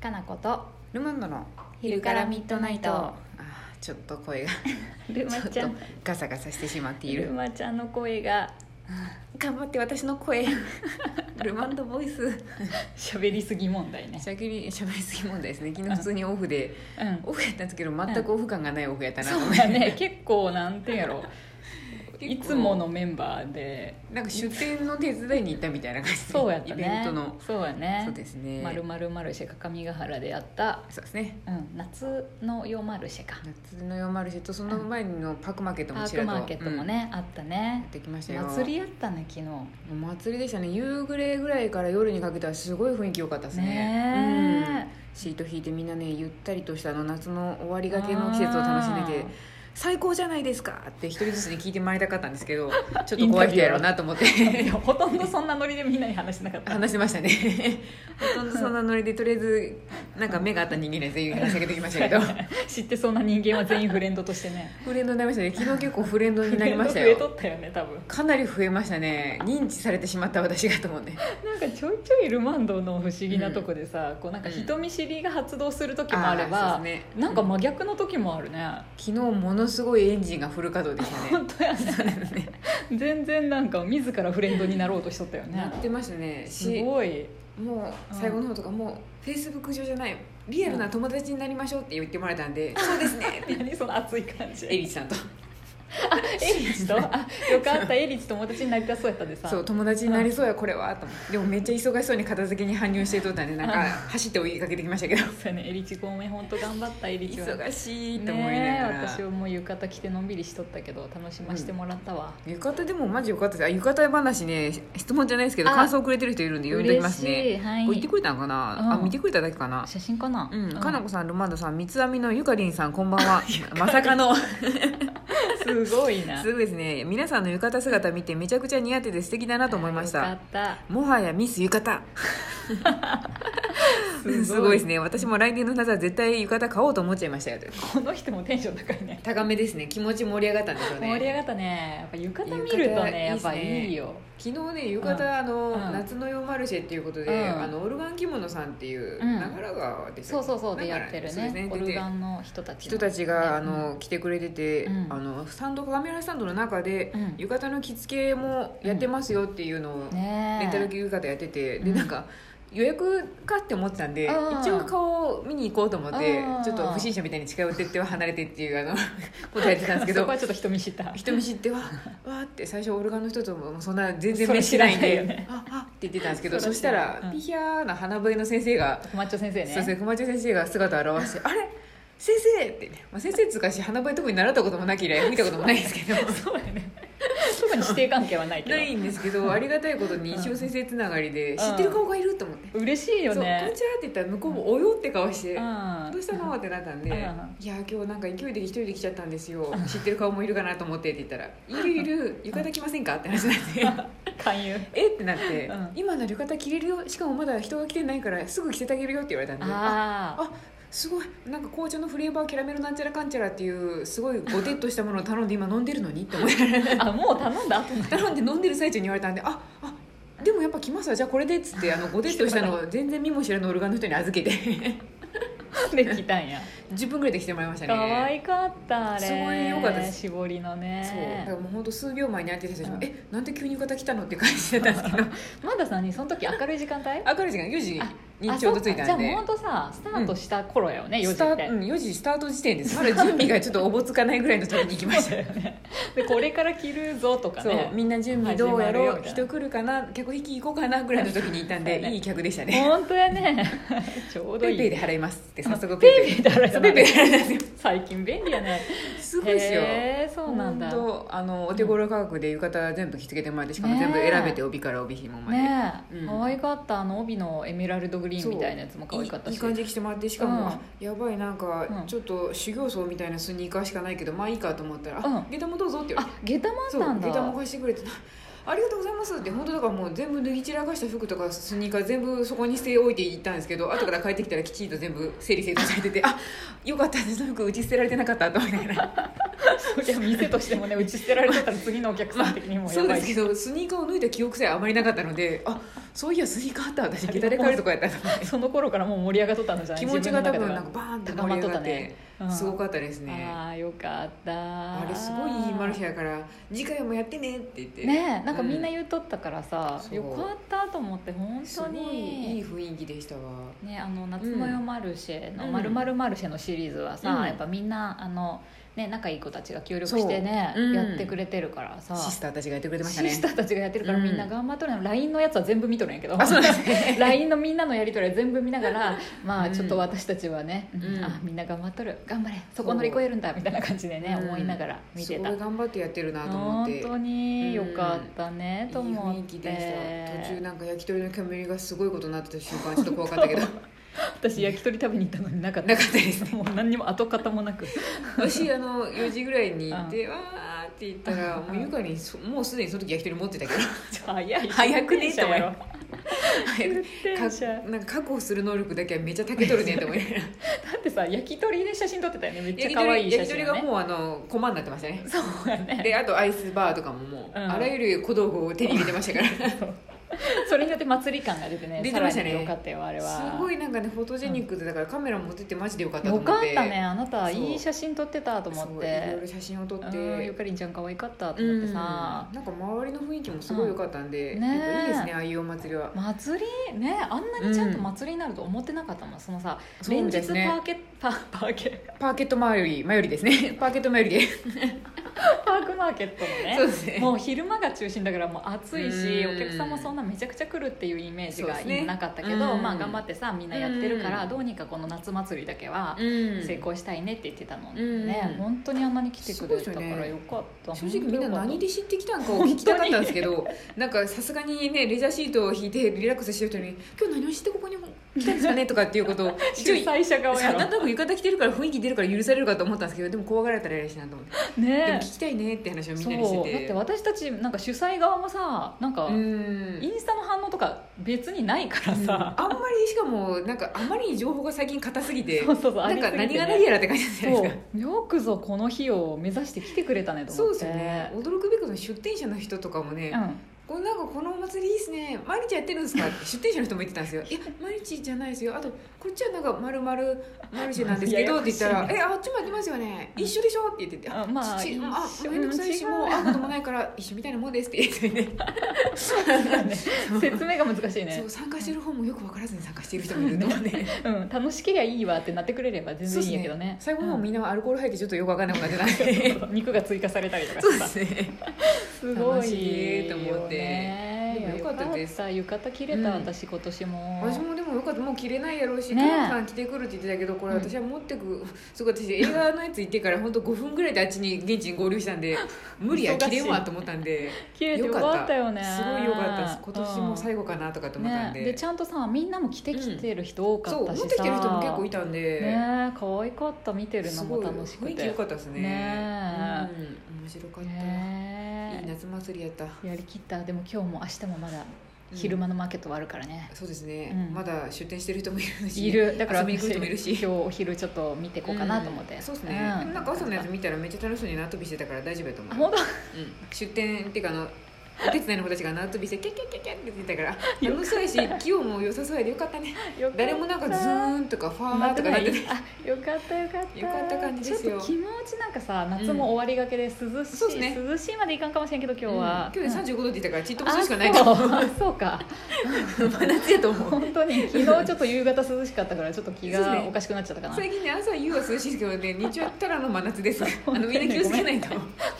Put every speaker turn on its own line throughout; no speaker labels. かなこと
ルマンドの
昼からミッドナイト
あーちょっと 声が
ルマち
ち
ゃ
ょっ
ん
とガサガサしてしまってい
ル
る
マちゃんの声が
頑張って私の声 ルマンドボイス
喋りすぎ問題ね
しゃべりしゃべりすぎ問題ですね昨日普通にオフで
うん
オフやったんですけど全くオフ感がないオフやったなと
そ
思っ
う
て、
だね結構なんてや ろ
結構
いつものメンバーで
なんか出店の手伝いに行ったみたいな感じで
そうやったね
イベントの
そうやね
そうですね
まるまるマルシェか上ヶ原でやった、
そうですね
うん、夏の夜マルシェか
夏の夜マルシェとその前のパークマーケット
パ
も
ー
ちら
ク
っと
マーケットも、ね、あった
うんや
ね
ってきましたよ
祭りやったね昨日
お祭りでしたね夕暮れぐらいから夜にかけてはすごい雰囲気良かったですね
ね
うん、シート引いてみんなねゆったりとしたあの夏の終わりがけの季節を楽しんでて最高じゃないですかって一人ずつに聞いてまいりたかったんです けどちょっと怖い人やろうなと思って
ていやほとんどそんなノリでみんなに話しなかった
話してましたねほとんどそんなノリでとりあえずなんか目があった人間で全員話しかけてきましたけど
知ってそうな人間は全員フレンドとして ね
フレンドになりましたね昨日結構フレンドになりまし た
フレンド増え
よ
とったよね多分
かなり増えましたね認知されてしまった私がと思って
なんかちょいちょいルマンドの不思議なとこでさ、こうなんか人見知りが発動する時もあれば、
あーそうですね
なんか真逆の時もあるね、
昨日ものすごいエンジンがフル稼働でしたね
本当やね
そうですね
全然なんか自らフレンドになろうとしとったよ
な
ね
ってましたね
す
し
ごい
もう最後の方とかもうフェイスブック上じゃないリアルな友達になりましょうって言ってもらえたんでそうですね
何その熱い感じ
エリチさんと
エリチとあよかったエリチ友達になりたそうやったでさ
そう友達になりそうやこれはと思ってでもめっちゃ忙しそうに片付けに搬入してとったんでなんか走って追いかけてきましたけど
そうやねエリチごめん本当頑張ったエリチは
忙しいと思いな
ね
が
え
ら、
私はもう浴衣着てのんびりしとったけど楽しましてもらったわ、
浴衣でもマジよかったですあ浴衣話ね質問じゃないですけど
あ
感想くれてる人いるんで読んできます
嬉しい
ね
はい
これ言ってくれたのかな、あ
うん
見てくれただけかな
写真かな
うん、かなこさん、ルマンドさん、三つ編みのゆかりんさん、こんばんは。まさかの。
すごいな
すごいですね皆さんの浴衣姿見てめちゃくちゃ似合ってて素敵だなと思いまし
あよ
た
かった
もはやミス浴衣すごいですね私も来年の夏は絶対浴衣買おうと思っちゃいましたよ
この人もテンション高いね
高めですね気持ち盛り上がったんでしょ
盛
う
り上
ね
がったねやっぱ浴衣見るとねやっ
浴
ぱ
衣いいっすね
いいよ
昨日ね浴衣あの、
うん
夏の夜マルシェっていうことで、
うん
あのオルガン着物さんっていう、
うん
長良川です
そうそうそうでやってるねオルガ
ン
ンの人たちの
人たちが、あ
ねうん
の来てくれてて、
うん
あのスタンド鏡原スタンドの中で、
うん
浴衣の着付けもやってますよっていうのを、
ねえ
レンタル着浴衣やってて、
う
で
ん
なんか予約かって思ってたんで
うん
一応顔を見に行こうと思って
うん
ちょっと不審者みたいに近寄ってって は離れてっていうあの答えてたんですけ
そこ
ど
はちょっと人見知った
人見知ってわわーって最初オルガンの人とももうそんな全然
それ
目知らないん
知らな
で
いよね
ああって言ってたんですけど
そ
そ
れ
した
知らな
ら
いうん
ピヒャーな花笛の先生が、
マッチョ先生ね
そうですね熊中先生が姿を現して「あれ先生!」ってね、まあ、先生っつうかし花笛特に習ったこともなければ見たこともないんです けど。
そうやね特に師弟関係はないけど
ないんですけどありがたいことに一応先生つながりで、
ん
知ってる顔がいると思って
嬉しいよ
そうこん
ね
にちはって言ったら向こうも「およ」って顔して「
うん
どうしたの?」ってなったんで「
うん
いや今日なんか勢いで一人で来ちゃったんですよ知ってる顔もいるかなと思って」って言ったら「いるいる浴衣着ませんか?」って話になって
勧誘
えってなって、
うん
今なら浴衣着れるよしかもまだ人が来てないからすぐ着せてあげるよ」って言われたんであ
ああ
あすごいなんか紅茶のフレーバーキャラメルなんちゃらかんちゃらっていうすごいごてっとしたものを頼んで今飲んでるのにって思いながら
あもう頼んだ後な
頼んで飲んでる最中に言われたんで「ああでもやっぱ来ますわじゃあこれで」っつってあのごデットしたのを全然見も知らぬオルガンの人に預けて
んで来たんや
10分ぐらいで来てもらいましたね
可愛かったあれ
すごい良かったです
絞りの
そうだか
ね
らもうほんと数秒前に会ってた人たちも
うん
「えなんで急に浴衣来たの?」って感じだったんですけ ど
まださにその時明るい時間帯
明るい時間4時
あ
にち
そ
ょ
う
う
か
ど着いたんで
じゃあもうほんとさスタートした頃やよね、4
ス
時
タ
って
ーうん4時スタート時点ですまだ準備がちょっとおぼつかないぐらいの時に行きました
だよねでこれから着るぞとか
そう
ね
みんな準備どう
始ま
やろ
るよみ
う
たいな
人来るかな客引き行こうかなぐらいの時に行ったん
そうだ
で
ね
いい客でしたね
本当や ねちょう
「
どい
ペイ
い
ペイで払います」って早速
ペ
ペイペイ
イペイで払えた
そう
の
ペイペイで払いますよ
最近便利やね
すごいですよ
へえそうなんだ
本当あのお手頃価格で浴衣全部着付けてもらってしかも全部選べ
ねえ
て帯から帯紐まで、
ねえ、
うん
可愛かったあの帯のエメラルドグリーンみたいなやつも可愛かった
いい
し
い感じに着てもらってしかも、
うん
あやばいなんか
うん
ちょっと修行僧みたいなスニーカーしかないけどまあいいかと思ったら「
うん
あ下駄もどうぞ」って言われ
あ
て
下駄もあっ
そう
たんだ
下駄も貸してくれて「ありがとうございます」って本当だからもう全部脱ぎ散らかした服とかスニーカー全部そこに捨て置いていったんですけど後から帰ってきたらきちんと全部整理整頓されてて「あよかったですその服打ち捨てられてなかった」と思いながら
そういや店としてもね打ち捨てられてたら次のお客さん的 にも
そ
や
う
ば
で
い
す
し
けどスニーカーを脱いだ記憶さえあまりなかったのであそういやスニーカーあった私下駄で帰るとこやったと思って
その頃からもう盛り上がっとったのじゃない
気持ちが多分
自
なん
の中
かバーンって
では
盛
高まっ
り上
とった
がって
ね、
すご
っ
かったです
た
ね
ああよかった
あれすごいいいマルシアから「次回もやってね」って言って
ねえなんかみんな
う
言うとったからさ、
そう
よかったと思って本
す
当
ごいいい
に
雰囲気でしたわ
ね、あの夏の夜マルシェの「
うん
まるまるマルシェ」のシリーズはさ、
うん
やっぱみんなあの、ね、仲いい子たちが協力してね、
そううん
やってくれてるからさ
シスターたちがやってくれてました
シス
ね
ターたちがやってるから
うん
みんな頑張っとるの、LINE のやつは全部見とるんやけど
あそうなんで す
LINE のみんなのやり取りは全部見ながらま
う
あ
ん
ちょっと私たちはね、
ん
あみんな頑張っとる頑張れそこ乗り越えるんだみたいな感じでね、
うん
思いながら見てた
すごい頑張ってやってるなと思って
本当によかったね、
いい
と思って
雰囲気でした途中なんか焼き鳥の煙がすごいことになってた瞬 間ちょっと怖かったけどなか
私焼き鳥食べに行ったのになかった
ったですね
もう何にも跡形もなく
私あの4時ぐらいに行って「わー」って言った らもうゆかにそもうすでにその時焼き鳥持ってたけど
早い
早くね
自転車やろ
早
運
く
転車
かなんか確保する能力だけはめっちゃたけとるねって思いながら
だってさ焼き鳥で写真撮ってたよねめっち
焼
ゃ
き
可愛
鳥
い
焼
写
き鳥
真、
が
ね、
もうあのコマになってましたね
そうやね
であとアイスバーとかもも
う
う、
ん
あらゆる小道具を手に入れてましたから
それによって祭り感が出てね
出てましたね
さらによかったよあれは
すごいなんかねフォトジェニックでだからカメラ持ってってマジでよかったと
よ
思
か
っ
ってたねあなた
そう
いい写真撮ってたと思
そ
っ
ういろい
て
ろ写真を撮っ
うんゆ
て
かりんちゃん可愛かったと
う
思っ
ん
てさ
なんか周りの雰囲気もすごい良かったんで、
うんねえ
やっぱいいですねああいうお祭りは、
祭りねあんなにちゃんと祭りになると思ってなかったもん、そのさ
そう
連
みた
日
い
パ
ですね
ーケパパーケ
パーケット周り前よりですね パーケット前よりで、
パークマーケットのね
そうですね
もう昼間が中心だからもう暑いし
うん
お客さんもそんなめちゃくちゃ来るっていうイメージ
そう
が
ですね
今なかったけど、
うん
まあ頑張ってさみんなやってるから、
うん
どうにかこの夏祭りだけは
うん
成功したいねって言ってたのね、
うん
本当にあんなに来てくれたか
すごいですよ
ら
ね
よかった、
正直みんな
本当
何
よ
で知ってきたんかを聞きたかったんですけどなんかさすがにねレジャーシートを引いてリラックスしてる人に「今日何をしてここに来たんですかね?」とかっていうこと を
かった主催者側や
そう
ろ
なんとなく浴衣着てるから雰囲気出るから許されるかと思ったんですけどでも怖がられたら嫌しなと思って、でも
ね
聞きたいねって話をみん
そ
なにして
うだってて私たちなんか主催側もさなんか、
うん
インスタの反応とか別にないからさ、
あんまりしかもなんかあまりに情報が最近硬すぎて
そうそうそう
なんか
ありすぎ
何
てね
が何やらって感じじゃないですか
そうよくぞこの日を目指して来てくれたねと思って
そうですよね驚くべきの出店者の人とかもね、
うん
こうなんかこのお祭りいいですね毎日やってるんですかって出店者の人も言ってたんですよいや毎日じゃないですよあとこっちはなんかまるまるマルシェなんですけどって言ったら「えあっちもやってますよね一緒でしょ」って言ってて「
あまあ
ち
一緒
あ面倒くさいし
うん違う
もう会うこともないから一緒みたいなもんです」って言ってね
説明が難しい
そ
ね
う、参加してる方もよく分からずに参加している人もいると思うね
うん、楽しけりゃいいわってなってくれれば全然いいんやけどね
最後の方
うん
みんなアルコール入ってちょっとよく分かんなくなってたん で
肉が追加されたりとか
そう
し
で
た
すね
すごい
楽しいと思って
よね
でもよかったです
よか浴衣着れた、
うん
私今年も
私もでもよかったもう着れないやろうし
ね
カナさん着てくるって言ってたけどこれ
うん
私は持ってく すごい私映画のやつ行ってから本当5分ぐらいであっちに現地に合流し たんで無理や
忙しい
着れんわと思ったんで
着れてよかったよね
すごいよかったです今年も
後
最後かなとかと思ったんで,、
ね、でちゃんとさみんなも着てきてる人多か
そう
ったしさ、
持ってきてる人も結構いたんで、
ね可愛かった見てる
す
の
ご
も
い
楽しく
雰
て
囲気良かったですね
ね
うん、面白かった、
ね
いい夏祭りやった
やりきったでも今日も明日もまだ昼間のマーケットはあるからね、
そうですね、
うん
まだ出店してる人もいるし
いるだから
遊びに来
私
る人
今
もいるし
日お昼ちょっと見ていこうかなと思って、
んそうですね、
うん
なんか朝のやつ見たらめっちゃ楽しそうに縄跳びしてたから大丈夫やと思
あ
う
本当
うん、出店っていうかあのお手伝いの子たちが縄跳びしてキャッキャッキャッキャッって言っ てたから楽しそうやし器用も良さそうやでよかったね
よかった
誰もなんかズーンとかファー
な
と
って
かな
な
っ
い
てない
あよかったよかった
よかった感じですよ
ちょっと気持ちなんかさ夏も終わりがけで涼しい、
そうです
涼しいまでいかんかもしれんけど今日は、
うん今日で35度って言ったからちっとも涼しくない
あ
と思
そうう あそうか
真夏やと思う
本当に昨日ちょっと夕方涼しかったからちょっと気
そうです
が
ね
おかしくなっちゃったかな、
最近ね朝夕は涼しいですけどね日中はただの真夏で すあのみんな気をつけないと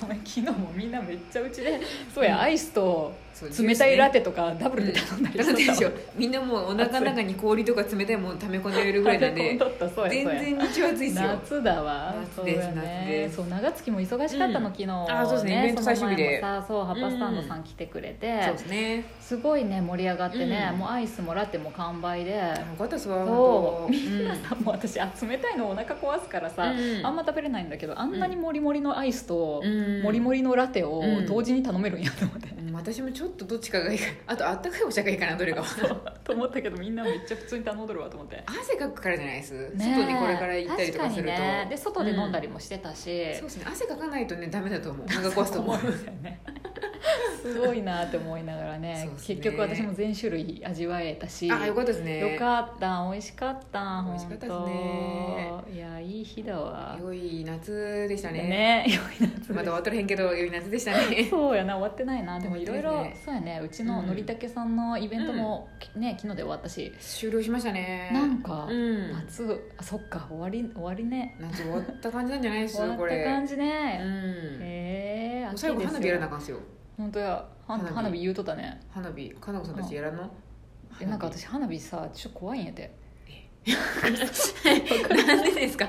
ごめん昨日もみんなめっちゃうちでそうや、アイスと
そう
冷たいラテとかダブルで頼んだり
だからで
し
しょ
て
みんなもうお腹の中に氷とか冷たいもの溜め込んでるぐらいなんで
だったそうや
全
そうや
然日中暑いですよ
夏だわ
夏です
そうやね
夏です
そう長月も忙しかったの、
うん
昨日
あそうですねイベント最終日で
その前もさそうハッパスタンドさん来てくれて、
そうですね
すごいね盛り上がってね、
うん
もうアイスもラテも完売で、
よかったっすわ
そう
本当
みんなさ、 もう私あ冷たいのお腹壊すからさ、
うん
あんま食べれないんだけどあんなにもりもりのアイスと、
うん
もりもりのラテを
うん
同時に頼めるんやと思って、
うん私もちょっとどっちかがいいか あとあったかいお茶がいいかなどれかは
と思ったけどみんなめっちゃ普通に頼んどるわと思って
汗かくからじゃないです、
ね
外にこれから行ったりとかすると
確にねで外で飲んだりもしてたし、
そうですね汗かかないとねダメだと思うお腹壊すと思う
そうですよねすごいなって思いながらね
そうっすね
結局私も全種類味わえたし
あよかったですね
よかった美味しかった
美味しかったですね
本当いやいい日だわ
良い夏でしたね
ね良い夏で
まだ終わっとらへんけど良い夏でした ね
そうやな終わってないなでもいろい
終わっ
ろ
てないね
そうやねうちののりたけさんのイベントも、ね昨日で終わったし、
終了しましたね
なんか、
うん
夏あそっか終わり終わりね
夏終わった感じなんじゃないです
終わっ
こ
た
れ
感じ
う
ね、
ん
ええ
もう
ー、
最後花火やらなあ
か
かんすよ
本当やは
花火
花火言うとったね
花火かなこさんたちやらんの
えなんか私花火さちょっと怖いんやて
花火 なんでですか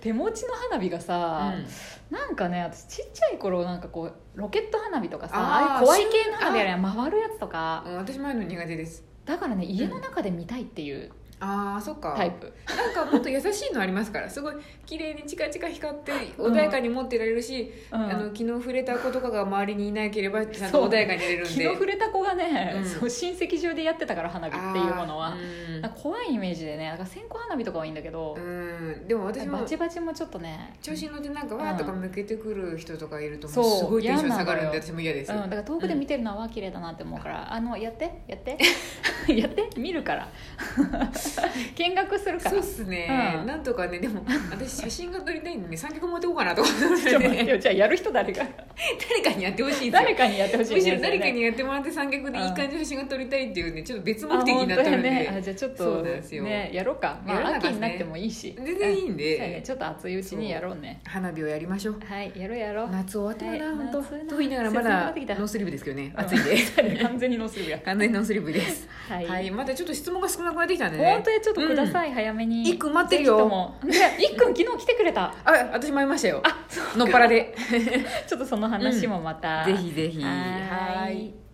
手持ちの花火がさ、
うん
なんかね私ちっちゃい頃なんかこうロケット花火とかさ
あ
あ
ー
あいう怖い系の花火やね回るやつとか
うん私前の苦手です
だからね家の中で見たいっていう
あーそっか
タイプ、
なんかもっと優しいのありますからすごい綺麗にチカチカ光って穏やかに持ってられるし、
うん
あの昨日触れた子とかが周りにいなければちゃんと穏やかにいれるんで
昨日触れた子がね、
うん
そう親戚中でやってたから花火っていうものは
あ、ー
なんか怖いイメージでねなんか線香花火とかはいいんだけど
う、ん、うんでも私
バ
も
チバチもちょっとね
調子に乗ってなんか
うん
わーとか向けてくる人とかいると
そう
もうすごいテンション下がるん
嫌なの
で
よ
私も嫌です、
うん、だから遠くで見てるのは綺麗だなって思うから、あのやってやって やって見るから 見学するから
そうっすね、
うん
なんとかねでも私写真が撮りたいんでね三脚持ってこうかなとか思って
ちょっと待って
ね
よじゃあやる人誰が
誰かにやってほしいんですよ
誰かにやってほしいね
むしろ誰
そ
か
れね
にやってもらって三脚でいい感じの写真が撮りたいっていうねちょっと別目的になっ
あ
てる
本当
んで、
やねあじゃあちょっ
そうな
と
んですよ
ねやろうか、ま
やら
あ、
なあか
秋に
んっすね
なってもいいし
全然いいん
う
で
んそうやねちょっと暑いうちにやろうね
花火をやりましょう
はいやろうやろう
夏終わったかな、
はい
本
夏やな
当と言いながらま
切なくな
だ
ってきた
ノースリーブですけどね
うん
暑いん で
完全にノースリーブや
完全にノースリーブです
は、
はいい、まだちょっと質問が少なくなってきたんで
本
ね
当にちょっとください、早めに
いっくん待ってるよ
ぜひともねいっくん昨日来てくれた
あ私も会いましたよ
あそう
のっぱらで
ちょっとその話もまた、
ぜひぜひ
はーい
ー